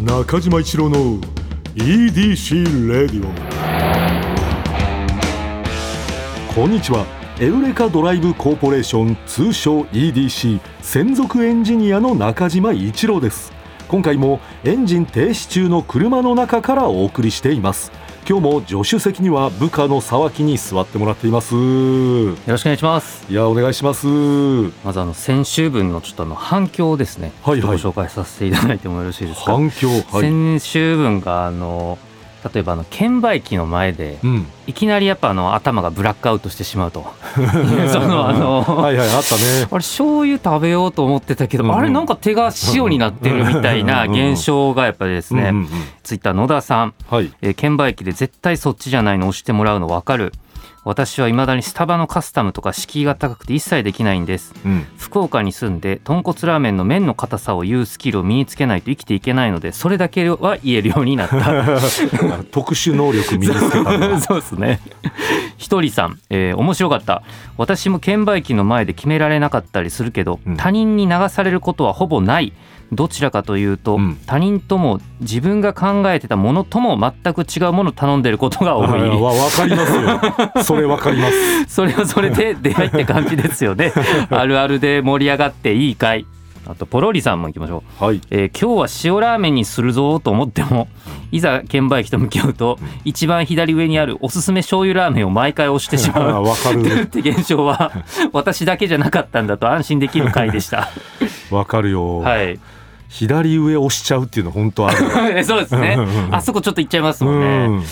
中島一郎の EDC レディオこんにちはエウレカドライブコーポレーション通称 EDC 専属エンジニアの中島一郎です今回もエンジン停止中の車の中からお送りしています今日も助手席には部下の沢木に座ってもらっていますいよろしくお願いします。やお願いしますまずあの先週分のちょっとあの反響をですね、はいはいちょっとご紹介させていただいてもよろしいですか。反響はい先週分があの例えばあの券売機の前でうんいきなりやっぱあの頭がブラックアウトしてし まうと、そのあの。はいはいあったねあれ醤油食べようと思ってたけど、うんうんあれなんか手が塩になってるみたいなうんうんうん現象がやっぱりですうね、んうんうんツイッター野田さん、はいえー券売機で絶対そっちじゃないの押してもらうの分かる私はいまだにスタバのカスタムとか敷居が高くて一切できないんですうん福岡に住んで豚骨ラーメンの麺の硬さを言うスキルを身につけないと生きていけないのでそれだけは言えるようになった 特殊能力身につけたんだ そうですねひとりさん、えー面白かった私も券売機の前で決められなかったりするけど、うん他人に流されることはほぼないどちらかというと、うん他人とも自分が考えてたものとも全く違うものを頼んでることが多あいーわわかりますよそれわかります それはそれで出会いって感じですよ ねあるあるで盛り上がっていい回あとポロリさんも行きましょう、はいえー今日は塩ラーメンにするぞと思ってもいざ券売機と向き合うと一番左上にあるおすすめ醤油ラーメンを毎回押してしあーまうわかる って現象は私だけじゃなかったんだと安心できる回でしたわかるよ、はい 左上押しちゃうっていうの本当あるそうですねあそこちょっと行っちゃいますもんね、うん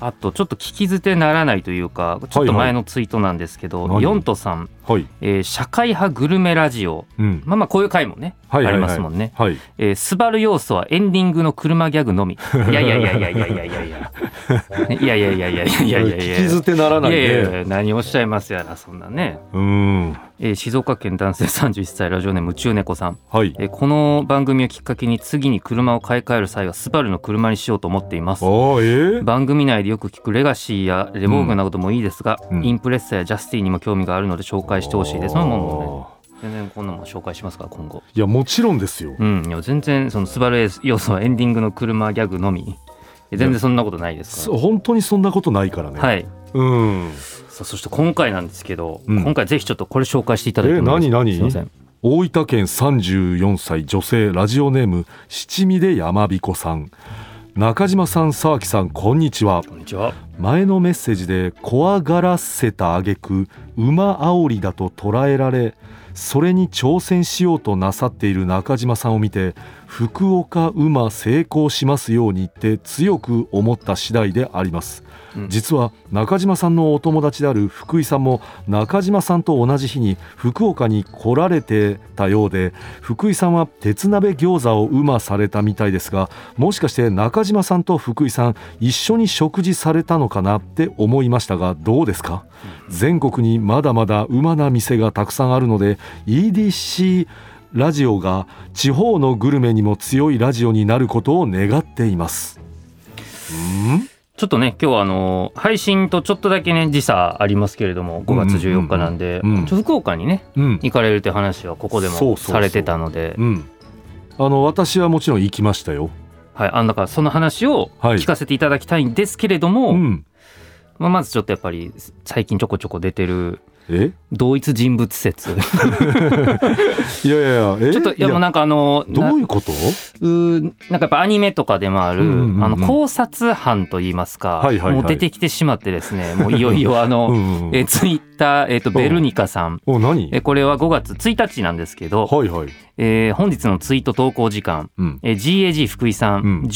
あとちょっと聞き捨てならないというかちょっと前のツイートなんですけど、はいはいヨントさん、はいえー社会派グルメラジオうんまあまあこういう回もね、はいはいはいありますもんね。はいえー、スバル要素はエンディングの車ギャグのみ。いやいやいやいやいやいやいやいや。いやいやいやいやいやいやいやいや。聞き捨てならないねいやいやいや何をおっしゃいますやらそんなね、うんえー静岡県男性31歳ラジオネーム宇宙猫さん、はいえーこの番組をきっかけに次に車を買い替える際はスバルの車にしようと思っていますああえー、番組内でよく聞くレガシーやレボーグなどもいいですが、うんインプレッサやジャスティにも興味があるので紹介してほしいですあーもうね全然こんなもん紹介しますから今後いやもちろんですようん、いや全然そのスバル要素はエンディングの車ギャグのみいや全然そんなことないですかそ本当にそんなことないからね、ら。はい、うんさあそして今回なんですけど、うん今回ぜひちょっとこれ紹介していただいてもいいですえか何何すいません大分県34歳女性ラジオネーム七味で山彦さん中島さん沢木さんこんにちはこんにちは前のメッセージで怖がらせた挙句馬煽りだと捉えられそれに挑戦しようとなさっている中島さんを見て福岡馬成功しますようにって強く思った次第であります、うん実は中島さんのお友達である福井さんも中島さんと同じ日に福岡に来られてたようで福井さんは鉄鍋餃子を馬されたみたいですがもしかして中島さんと福井さん一緒に食事されたのかなって思いましたがどうですか全国にまだまだ馬な店がたくさんあるので EDC ラジオが地方のグルメにも強いラジオになることを願っています。ちょっとね今日はあの配信とちょっとだけね時差ありますけれども5月14日なんで、うんうんうんうんちょっと福岡にねうん、うん行かれるって話はここでそうもそうそうされてたのでうん、あの私はもちろん行きましたよ。はいあんだからその話をはい聞かせていただきたいんですけれども、うん、まあ、まずちょっとやっぱり最近ちょこちょこ出てるえ同一人物説いやいやいやえちょっといやもうなんかあのどなういうことうーなんかやっぱアニメとかでもある、うんうんうんあの考察班といいますか、はいはいはいもう出てきてしまってで すねもういよいよあの、うんうん、えツイッター、えーとベルニカさん、お何えこれは5月1日なんですけど、はいはい。えー本日のツイート投稿時間、うん、えー GAG 福井さん、うん11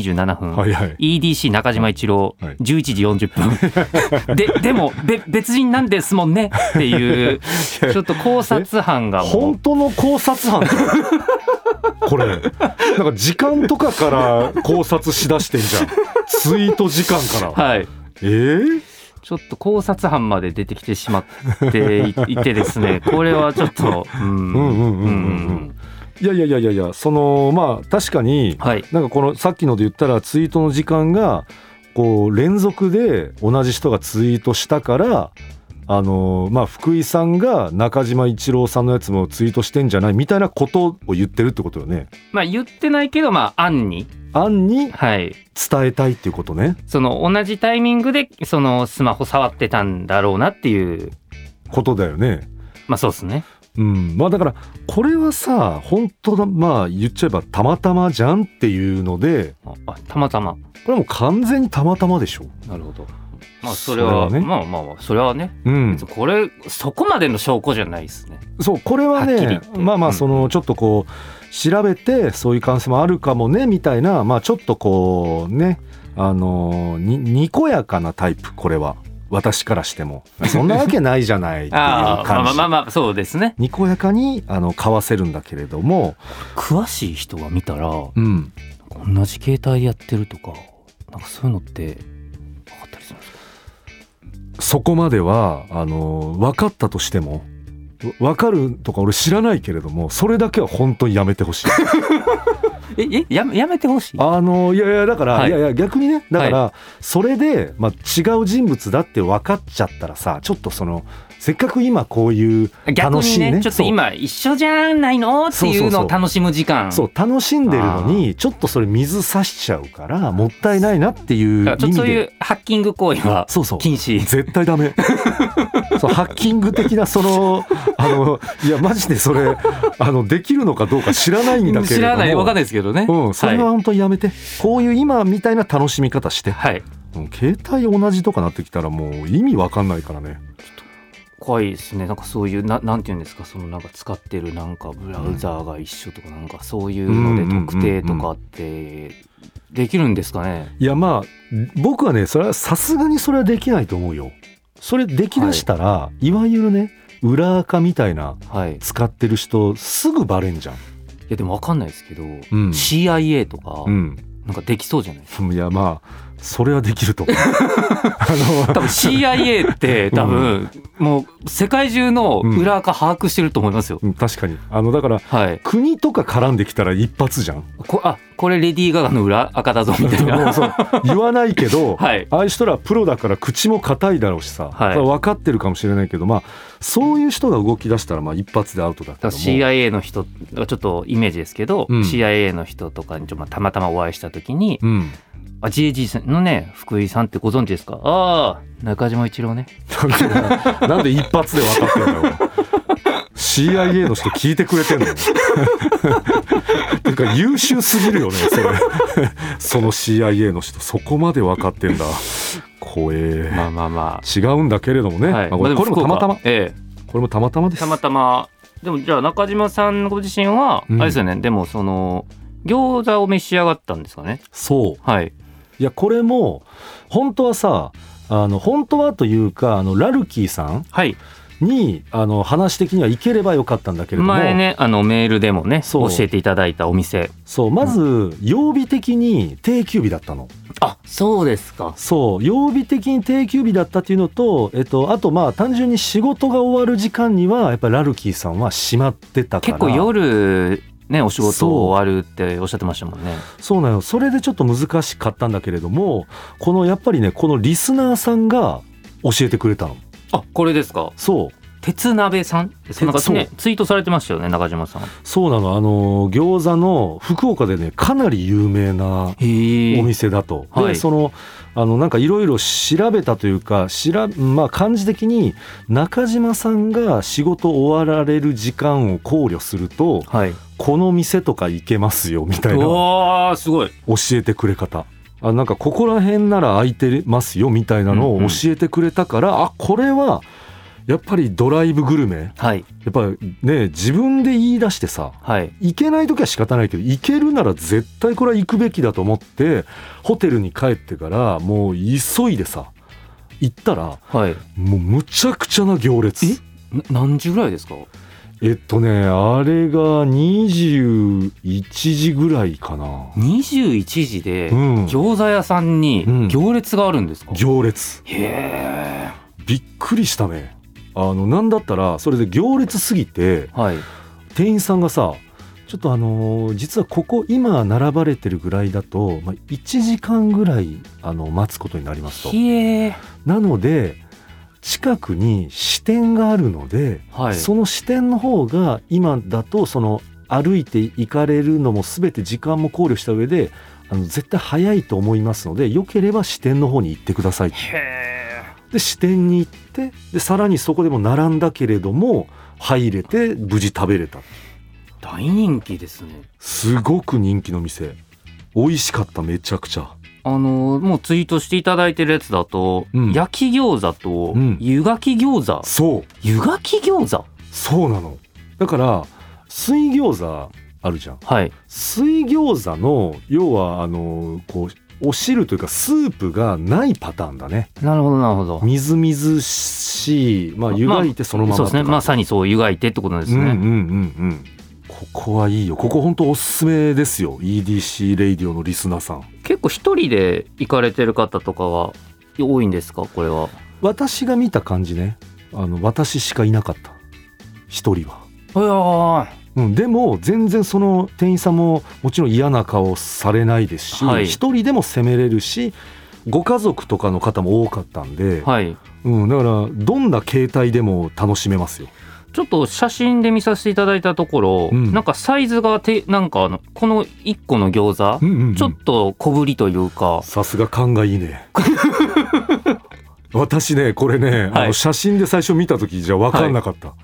時27分、はいはい。 EDC 中島一郎、はい11時40 分ででもべ別人なんですもんねっていうちょっと考察班がも本う当の考察班だ これなんか時間とかから考察しだしてんじゃんツイート時間から、はいえー、ちょっと考察班まで出てきてしまってい いてですねこれはちょっとうんうんうんうんうんうんいやいやいやいやいやそのまあ確かにはいなんかこのさっきので言ったらツイートの時間がこう連続で同じ人がツイートしたからあのまあ福井さんが中島一郎さんのやつもツイートしてんじゃないみたいなことを言ってるってことよね。まあ言ってないけどまあ案に案にはい、伝えたいっていうことねその同じタイミングでそのスマホ触ってたんだろうなっていうことだよね。まあそうですねうん、まあだからこれはさ本当だまあ言っちゃえばたまたまじゃんっていうのでああたまたまこれはもう完全にたまたまでしょ。なるほどまあそれそはれはねまあまあまあそれはねうん別、にこれそこまでの証拠じゃないですねそうこれははっきり言ねってまあまうあんそのちょっとこう調べてそういう可能性もあるかもねみたいなまあちょっとこうねあのーににこやかなタイプこれは私からしてもそんなわけないじゃないっていう ああまあま感あまあじ。まあそうですねにこやかにあの買わせるんだけれども、詳しい人が見たらうん、同じ携帯やってるとかなんかそういうのって分かったりするんですかそこまではあの分かったとしてもわ分かるとか俺知らないけれどもそれだけは本当にやめてほし いええやめやめてほしいあのいやいやだから、はいい、やいや逆にねだから、それで、まあ、違う人物だって分かっちゃったらさちょっとそのせっかく今こういう逆楽しにいねねちょっと今一緒じゃないのっていうのを楽しむ時間そうそう楽しんでるのにちょっとそれ水差しちゃうからもったいないなっていう意だからちょっ味とそういでうハッキング行為はそうそう禁止絶対ダメそうハッキング的なそのあのいやマジでそれあのできるのかどうか知らないんだけれども知らないわかんないですけどね、うん、それはは本当にやめて、こういう今みたいな楽しみ方してい、、はい、うん携帯同じとかなってきたらもう意味わかんないからね怖いですねなんかそういうななんていうんですかそのなんか使ってるなんかブラウザーが一緒とかなんかそういうので特定とかってできるんですかね、いやまあ僕はねそれはさすがにそれはできないと思うよそれできだしたら、い、わゆるね裏垢みたいなはいい使ってる人すぐバレんじゃんやでもわかんないですけど、ん CIA とかうん、なんかできそうじゃないですかいやまあそれはできると思うあ多分 CIA って多分もう世界中の裏垢把握してると思いますよ、のうん確かにあのだからはい国とか絡んできたら一発じゃんこあこれレディー・ガガの裏垢だぞみたいもなう そう言わないけど、 はいああいう人らはプロだから口も硬いだろうしさ、はいそれは分かってるかもしれないけど、まあ、そういう人が動き出したらまあ一発でアウトだけどだもから CIA の人ちょっとイメージですけど、うん CIA の人とかにちょまあたまたまお会いした時にうん、 「あ GAG さんのね福井さんってご存知ですかああ中島一郎ねなんでなんで一発で分かってんだろう CIA の人聞いてくれてんの てか優秀すぎるよねそれその CIA の人そこまで分かってんだ怖え、まあまあま違うんだけれどもあ、ね、はい、まあこれまこあれもたまたまで福岡えこれもたまたまでえすたまたまでもじゃあ中島さんご自身は、うんあれですよねでもその餃子を召し上がったんですかねそうはいいやこれも本当はさあの本当はというかあのラルキーさんはいにあの話的には行ければよかったんだけれども前ねあのメールでもねそ教うえていただいたお店そうまず曜日的に定休日だったのあそうですかそう曜日的に定休日だったっていうのと、えっと、あとまあ単純に仕事が終わる時間にはやっぱりラルキーさんは閉まってたから結構夜ねお仕事終わるっておっしゃってましたもんねそうなのそれでちょっと難しかったんだけれどもこのやっぱりねこのリスナーさんが教えてくれたのあこれですかそう鉄鍋さんなんかねそツイートされてましたよね中島さんそうなの、あの餃子の福岡でね、かなり有名なへお店だと。はいで、その、あの、なんかいろいろ調べたというか、しら、まあ、漢字的に。中島さんが仕事終わられる時間を考慮すると、はいこの店とか行けますよみたいな教おーすごいえてくれ方。あなんかここら辺なら空いてますよみたいなのうんうをん教えてくれたから、あこれはやっぱりドライブグルメはいやっぱね自分で言い出してさはい行けない時は仕方ないけど行けるなら絶対これは行くべきだと思ってホテルに帰ってからもう急いでさ行ったらはいもうむちゃくちゃな行列な何時ぐらいですかえっとねあれが21時ぐらいかな21時でうん餃子屋さんにうん行列があるんですか、行列へえびっくりしたねあのなんだったらそれで行列すぎてはい店員さんがさちょっとあのー実はここ今並ばれてるぐらいだと、まあ、1時間ぐらいあの待つことになりますと。へえなので近くに支店があるので、はいその支店の方が今だとその歩いて行かれるのも全て時間も考慮した上であの絶対早いと思いますのでよければ支店の方に行ってくださいへで支店に行ってでさらにそこでも並んだけれども入れて無事食べれたえ大人気ですねすごく人気の店美味しかっためちゃくちゃあのーもうツイートしていただいてるやつだと、うん焼き餃子とうん湯がき餃子、そう湯がき餃子そうなのだから水餃子あるじゃんはい水餃子の要はあのこうお汁というかスープがないパターンだねなるほどなるほどみずみずしいまあまあ湯がいてそのまそまうっでてすね感じまさにそう湯がいてってことですうんうんね、うんうんここはいいよここ本当おすすめですよ EDC レイディオのリスナーさん結構一人で行かれてる方とかは多いんですかこれは私が見た感じねあの私しかいなかった一人は、いやーうん、でも全然その店員さんももちろん嫌な顔されないですし一、はい人でも責めれるしご家族とかの方も多かったんで、はいうん、だからどんな形態でも楽しめますよちょっと写真で見させていただいたところ、うんなんかサイズがてなんかあのこの1個の餃子、うんうんうんちょっと小ぶりというか、さすが勘がいい ね私ねこれね、はいあの写真で最初見た時じゃ分かんなかった、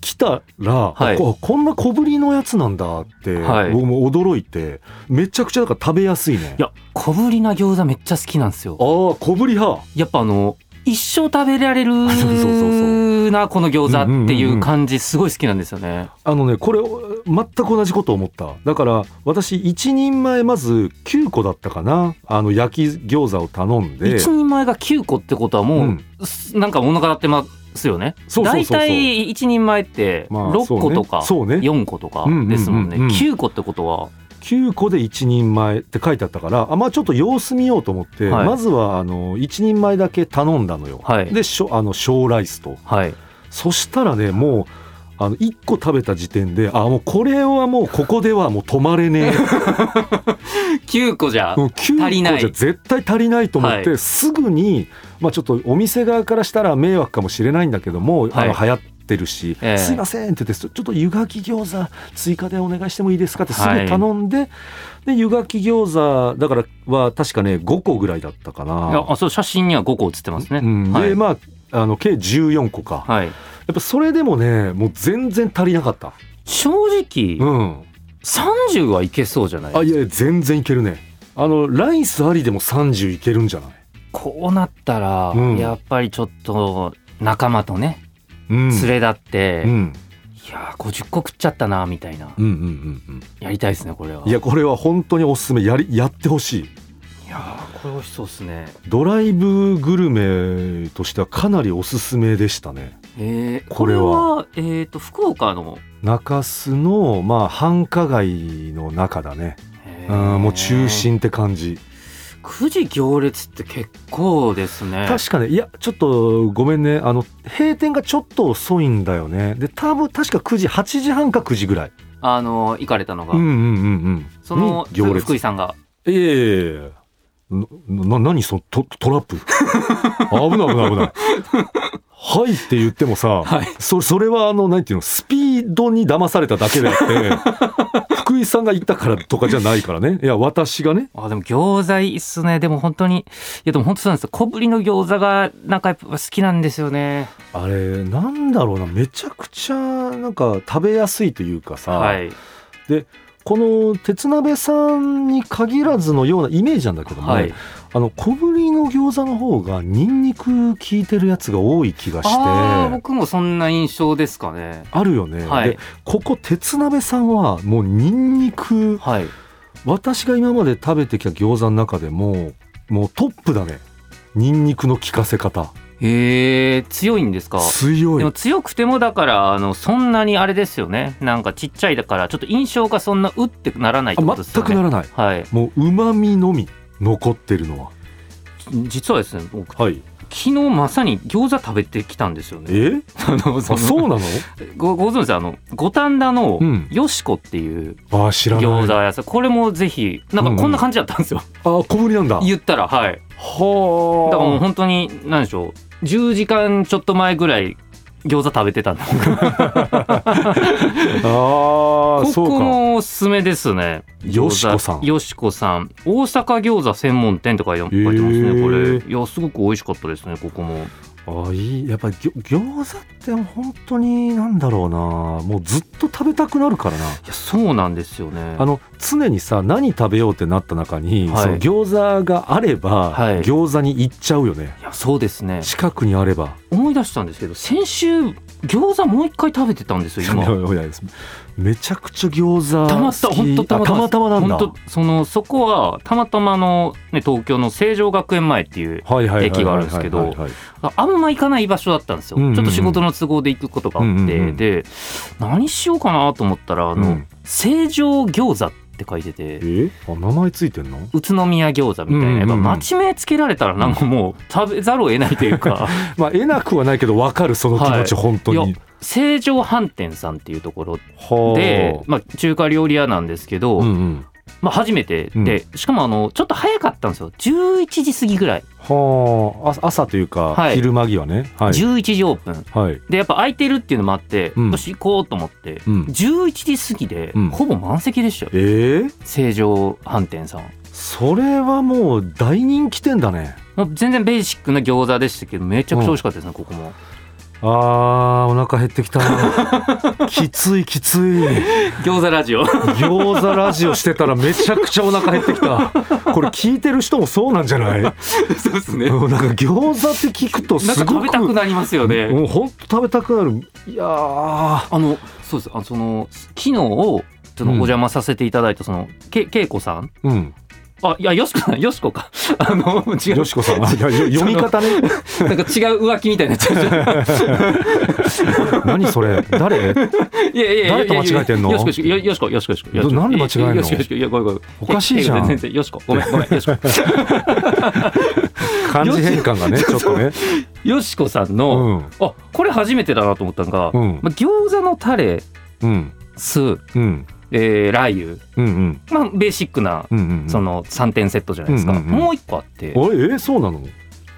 来たら、はいここんな小ぶりのやつなんだって、はい僕も驚いてめちゃくちゃだから食べやすいねいや小ぶりな餃子めっちゃ好きなんですよああ小ぶり派やっぱあの一生食べられるそうそうそなこの餃子っていんうんうんううんう感じすごい好きなんですよね。あのねこれ全く同じこと思っただから私1人前まず9個だったかなあの焼き餃子を頼んで一人前が9個ってことはもう、うんすなんか物語ってますよね。そうそうそう大そう体一人前ってまあ6個とかそうねそうね4個とかですもんね。うんうんうんうん9個ってことは9個で1人前って書いてあったからあまあちょっと様子見ようと思って、はいまずはあの1人前だけ頼んだのよ、はいでしょあの小ライスとはいそしたらねもうあの1個食べた時点であもうこれはもうここではもう止まれねえ9個じゃ、もう9個足りじゃない絶対足りないと思って、はすぐに、まあ、ちょっとお店側からしたら迷惑かもしれないんだけども、はいあの流行ってるし、ええすいませんって言ってちょちょっと湯がき餃子追加でお願いしてもいいですかってすぐ頼んで、で湯がき餃子だからは確かね5個ぐらいだったかいやな。あそう写真には5個写ってますね。うんはでい、まああの計14個か、はい、やっぱそれでもねもう全然足りなかった。正直、うん、 30はいけそうじゃないあいやいや全然いけるね。あのライスありでも30いけるんじゃない、こうなったら、うんやっぱりちょっと仲間とねうん、連れ立って、ういんやー50個食っちゃったなみたいなうんうんうんうんやりたいですねこれはいやこれは本当におすすめやりやってほしいいやーこれ美味しそうですねドライブグルメとしてはかなりおすすめでしたねえー、ここれれははえっ、と福岡の、中洲のまあ繁華街の中だね、えうーんもう中心って感じ9時行列って結構ですね確かねいやちょっとごめんねあの閉店がちょっと遅いんだよねで多分確か9時8時半か9時ぐらいあの行かれたのが、うんうんうんうんそのに行列福井さんがいやいやいやいやなな何そのトトラップ 危ない危ない危ないはいって言ってもさ、はいそそれはあの何ていうのスピードに騙されただけであって 福井さんが言ったからとかじゃないからねいや私がねあでも餃子いいっすねでも本当にいやでも本当そうなんですよ小ぶりの餃子がなんかやっぱ好きなんですよねあれなんだろうなめちゃくちゃなんか食べやすいというかさ、はいこの鉄鍋さんに限らずのようなイメージなんだけども、はいあの小ぶりの餃子の方がニンニク効いてるやつが多い気がして。あー僕もそんな印象ですかねあるよね、はいでここ鉄鍋さんはもうニンニクはい私が今まで食べてきた餃子の中でももうトップだねニンニクの効かせ方へえ強いんですか強でもい強くてもだからあのそんなにあれですよねなんかちっちゃいだからちょっと印象がそんなうってならないってこあとです全よねくならないはいもううまみのみ残ってるのは実はですね僕昨はい日まさに餃子食べてきたんですよねえ あのそあのそうなのごご存知ですあの五反田のうんよしこっていうあー知らない餃子屋さんこれもぜひなんかこんな感じだったんですよ、あー小ぶりなんだ言ったらはいだからもうは本当に何でしょう10時間ちょっと前ぐらい餃子食べてたんでああこそこうかもおすすめですね。よしこさんよしこさん。大阪餃子専門店とかよへー書いてますね、これ。いや、すごく美味しかったですね、ここも。あいいやっぱりぎょ餃子って本当になんだろうなもうずっと食べたくなるからないや、そうなんですよね。あの常にさ何食べようってなった中に、はいその餃子があれば、はい餃子に行っちゃうよねいや、そうですね。近くにあれば思い出したんですけど、先週、餃子もう一回食べてたんですよ、今。いやいやめちゃくちゃ餃子たまたま、本当たまたま。あたまなんだ本当その、そこは、たまたまあの、ね、東京の成城学園前っていう、はいはいはいはいはい駅があるんですけどはいはいああんま行かない場所だったんですよ、うんうんうんちょっと仕事の都合で行くことがあって、うんうんうんで何しようかなと思ったらあの、うん成城餃子って書いててえあ名前ついてんの宇都宮餃子みたいな、やうっんうんうぱん町名つけられたらなんかもう食べざるを得ないとい うかまあえなくはないけど分かるその気持ち、本当いにや成城飯店さんっていうところはあで、まあ、中華料理屋なんですけど、うんうんまあ、初めてで、しかもあのちょっと早かったんですよ11時過ぎぐらい、はああ朝というか、はい昼間際ねはい、 11時オープンはいでやっぱ空いてるっていうのもあって、うんよし行こうと思ってうん、 11時過ぎで、うんほぼ満席でしたよえー、成城飯店さんそれはもう大人気店だねもう全然ベーシックな餃子でしたけどめちゃくちゃ美味しかったですね、ここもあーお腹減ってきた なきついきつい餃子ラ ジオ餃子ラジオしてたらめちゃくちゃお腹減ってきたこれ聞いてる人もそうなんじゃないうんそうですねなんか餃子って聞くとなんかすご食くべたくなりますよね、うんほんと食べたくなるいやーあのそうですあのその昨日をちょっとお邪魔させていただいたその、けけいこさんうんあいやよしこさんよしこか あの違ようしこさんあいやよ読み 方ねなんか違う浮気みた いになっちゃう何それ誰いやいやいや誰と間違えてんのよしこよしこよしこよしこよしこどなんで間違えんのよしこよしこいやごめんごめんおかしいじゃんけけいこ先生よしこごめんごめ んよしこ漢字変換がねちょっとねよしこさんうの、んあこれ初めてだなと思ったのが、うんまあ、餃子のタレうん酢、うんえー、ラー油、うんうんまあ、ベーシックな、うんうんその3点セットじゃないですか、うんうんうんもう一個あってあれえーそうなの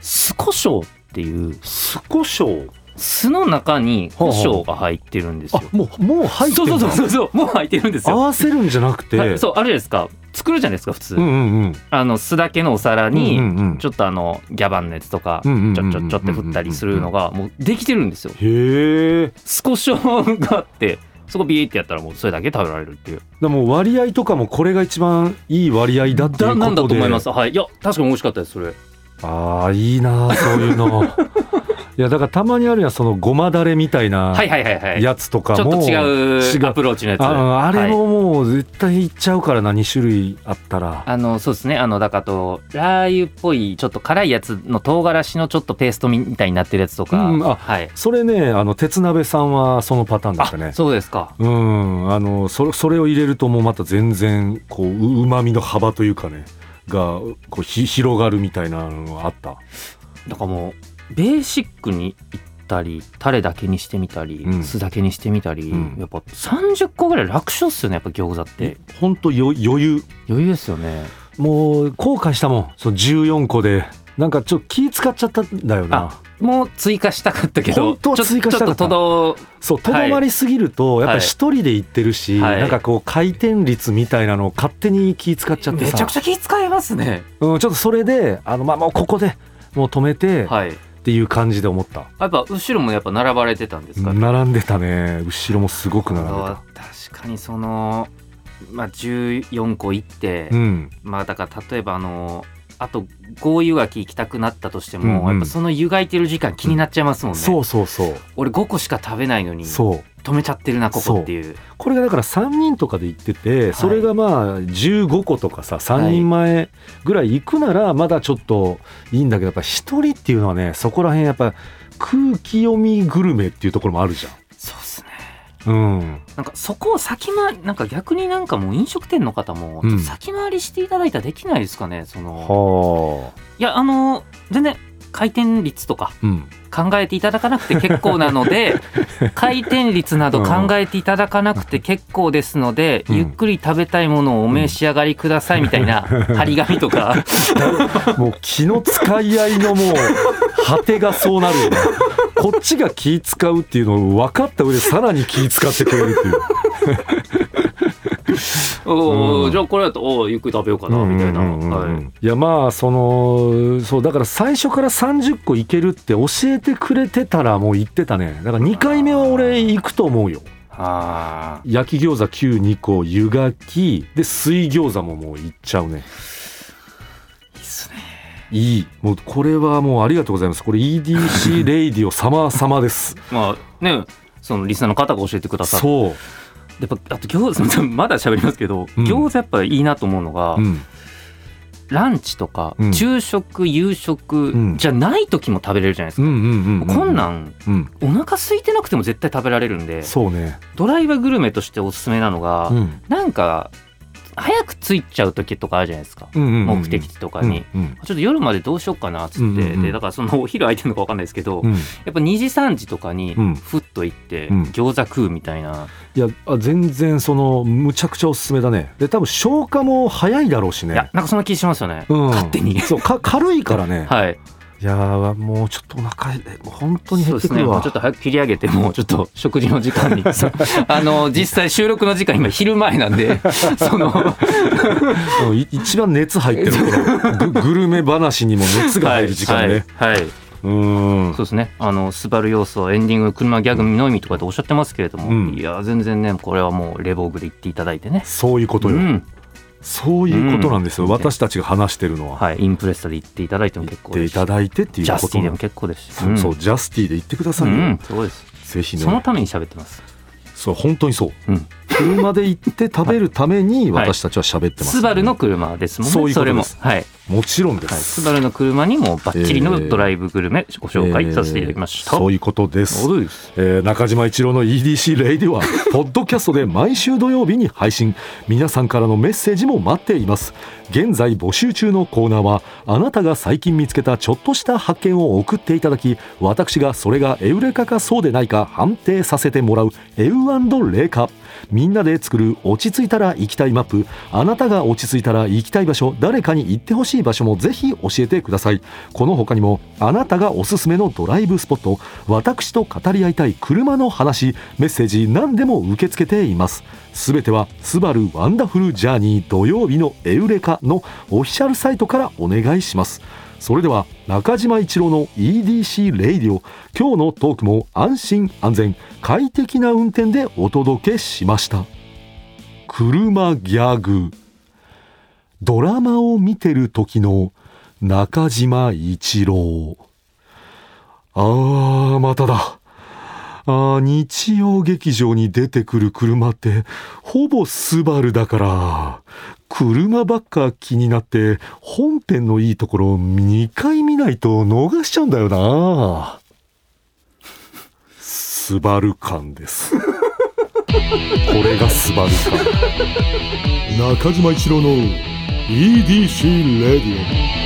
酢胡椒っていう酢胡椒酢の中に胡椒が入ってるんですよあ。もうもう入ってそんうだそうそうそうもう入ってるんです合よ。わせるんじゃなくて、はいそうあるじゃないですか作るじゃないですか普通、うんうんうんあの酢だけのお皿に、うんうんうんちょっとあのギャバンのやつとか、うんうんうんちうょんちょちょって振ったりするのがもうできてるんですよ。へえ酢胡椒があってそこビーってやったらもうそれだけ食べられるっていう。でも割合とかもこれが一番いい割合だっていうことでだなんだと思います。はい。いや、確かに美味しかったです、それ。ああいいなあそういう のいやだからたまにあるやんそのごまだれみたいなはいはいはいはい。ちょやつとかっも、と違違ううアプローチのやつ。ああれはいももう絶対いっちゃうからな2種類あったらあの、そうですね。あの、だからと、ラー油っぽい、ちょっと辛いやつの唐辛子のちょっとペーストみたいになってるやつとか。うんあはい。それねあの鉄鍋さんはそのパターンだったねそうですか。うんあのそれそれを入れるともうまた全然こううまみの幅というかねがこうひ広がるみたいなのがあっただからもう、ベーシックに行ったり、タレだけにしてみたり、うん酢だけにしてみたり、うんやっぱ30個ぐらい楽勝っすよね、やっぱ餃子って。ほんと余余裕余裕ですよね。もう後悔したもんその14個でなんかちょっと気使っちゃったんだよなもう追加したかったけど、本当は追加したかったちょっととどそうとどまりすぎるとやっぱり一人で行ってるし、はいなんかこう回転率みたいなのを勝手に気使っちゃってめさちゃくちゃ気遣いますね。うん、ちょっとそれであのまあもうここでもう止めてっはい。ていう感じで思った、やっぱ後ろもやっぱ並ばれてたんですか。並んでたね後ろもすごく並んであたの確かにそのまあ14個行って、うんまあだから例えばあのあと5湯がき行きたくなったとしても、うんうんやっぱその湯がいてる時間気になっちゃいますもんね。そうそうそう俺5個しか食べないのに止そうめちゃってるなここっていう。これがだから3人とかで行ってて、いそれがまあ15個とかさ3人前ぐらい行くならまだちょっといいんだけどやっぱ1人っていうのはねそこら辺やっぱ空気読みグルメっていうところもあるじそうっすね。ゃん。うん、なんかそこを先回りなんか逆になんかもう飲食店の方もうんちょっと先回りしていただいたらできないですかね、そのはいやあの全然回転率とかあ、うん、考えていただかなくて結構なの で回転率など考えていただかなくて結構ですので、うんゆっくり食べたいものをお召し上がりくださいみたいな張り紙と かもう気の使い合いのもう果てがそうなるよねこっちが気使うっていうのを分かった上でさらに気使ってくれるっていう。おうーんじゃあこれだとおーゆっくり食べようかなみたいな、うんうんうんうんはい、いやまあそのそうだから最初から30個いけるって教えてくれてたらもう言ってたねだから2回目は俺行くと思うよあ焼き餃子9 2個湯がきで水餃子ももう行っちゃうねーいいっすねいいもうこれはもうありがとうございますこれ EDC レイディオ様様ですまあねそのリスナーの方が教えてくださってそやっぱあと餃子 まだ喋りますけど、うん餃子やっぱいいなと思うのが、う、うん、ランチとか、うん昼食夕食うんじゃない時も食べれるじゃないですうか、んうんうんうんこんなんうんお腹空いてなくても絶対食べられるんでそうねドライバーグルメとしておすすめなのが、うんなんか早く着いちゃう時とかあるじゃないですか、うんうんうん目的地とかうに、んうんちょっと夜までどうしようかなっつって、うんうんうんでだからその お昼空いてるのか分かんないですけど、うんやっぱ2時3時とかにうんふっと行ってうん餃子食うみたいな、いやあ全然そのむちゃくちゃおすすめだねで多分消化も早いだろうしいやねなんかそんな気しますよね、うん勝手にそうか軽いからね、 はいい、やーもうちょっとお腹え本当に減そうってですくねるもわうちょっと早く切り上げてもうちょっと食事の時間 にそうあの実際収録の時間今昼前なん でそのうんい一番熱入 ってる頃ググルメ話にも熱が入る時間ね、はい、はいうんそうですねあのスバル要素エンディング車ギャグのみとかっておっしゃってますけれども、うんいや全然ねこれはもうレボーグで言っていただいてねそういうことうよ、んそういうことなんですよ、うん私たちが話してるのは、はいインプレッサで言っていただいても結言構ってでいすしただいてっていジうャこステとィンでのも結構ですしそうそううジャスティで言ってくださいよ、ん、うん、そうですぜひねそのために喋ってます。そう本当にそううん。車で行って食べるためにはい私たちは喋ってます、スバルの車ですもんね。そういうことれもですはい、はい。もちろんです、スバルの車にもバッチリえのードライブグルメご紹え介ーさせていただきました。そういうことです、そうです。えー中島一郎の EDC レイディはポッドキャストで毎週土曜日に配信皆さんからのメッセージも待っています現在募集中のコーナーはあなたが最近見つけたちょっとした発見を送っていただき私がそれがエウレカかそうでないか判定させてもらうエウレカみんなで作る落ち着いたら行きたいマップあなたが落ち着いたら行きたい場所誰かに行ってほしい場所もぜひ教えてくださいこの他にもあなたがおすすめのドライブスポット私と語り合いたい車の話メッセージ何でも受け付けていますすべては「スバルワンダフルジャーニー土曜日のエウレカ」のオフィシャルサイトからお願いしますそれでは中島一郎の EDC レイディオ今日のトークも安心安全快適な運転でお届けしました車ギャグドラマを見てる時の中島一郎ああまただあー日曜劇場に出てくる車ってほぼスバルだから車ばっか気になって本編のいいところ2回見ないと逃しちゃうんだよなスバル感ですこれがスバル感中島一郎の EDC レディオ